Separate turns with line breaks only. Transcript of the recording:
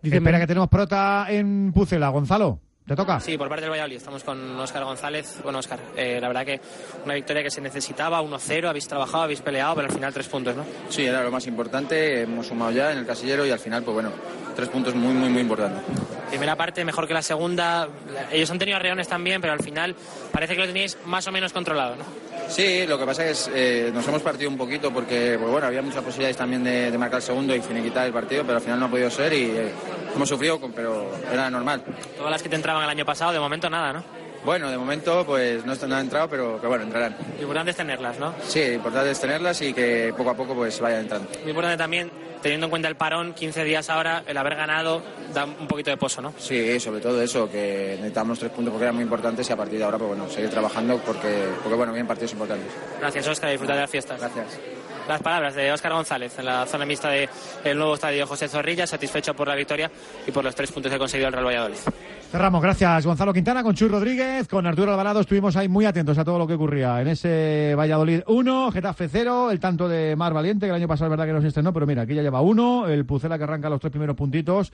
Dice,
Espera
"Me-
que tenemos prota en Pucela, Gonzalo. ¿Te toca?
Sí, por parte del Valladolid. Estamos con Óscar González. Bueno, Óscar, eh, la verdad que una victoria que se necesitaba, 1-0, habéis trabajado, habéis peleado, pero al final tres puntos, ¿no?
Sí, era lo más importante, hemos sumado ya en el casillero y al final, pues bueno, tres puntos muy, muy, muy importantes.
Primera parte mejor que la segunda. La- Ellos han tenido reones también, pero al final parece que lo teníais más o menos controlado, ¿no?
Sí, lo que pasa es que nos hemos partido un poquito porque, pues bueno, había muchas posibilidades también de, de marcar el segundo y finiquitar el partido, pero al final no ha podido ser y eh, hemos sufrido, con- pero era normal.
Todas las que te entraban el año pasado, de momento nada, ¿no?
Bueno, de momento, pues no, est- no han entrado, pero, pero bueno, entrarán.
Lo importante es tenerlas, ¿no?
Sí, lo importante es tenerlas y que poco a poco pues vayan entrando.
Muy importante también, teniendo en cuenta el parón, 15 días ahora, el haber ganado da un poquito de pozo, ¿no?
Sí, sobre todo eso, que necesitamos tres puntos porque eran muy importantes y a partir de ahora, pues bueno, seguir trabajando porque, porque bueno, bien partidos importantes.
Gracias, Óscar, y disfrutar de las fiestas.
Gracias.
Las palabras de Óscar González en la zona mixta del nuevo estadio José Zorrilla, satisfecho por la victoria y por los tres puntos que ha conseguido el Real Valladolid.
Cerramos, gracias Gonzalo Quintana, con Chuy Rodríguez, con Arturo Alvarado. Estuvimos ahí muy atentos a todo lo que ocurría en ese Valladolid 1, Getafe 0, el tanto de Mar Valiente, que el año pasado es verdad que no se estrenó, pero mira, aquí ya lleva uno, el Pucela que arranca los tres primeros puntitos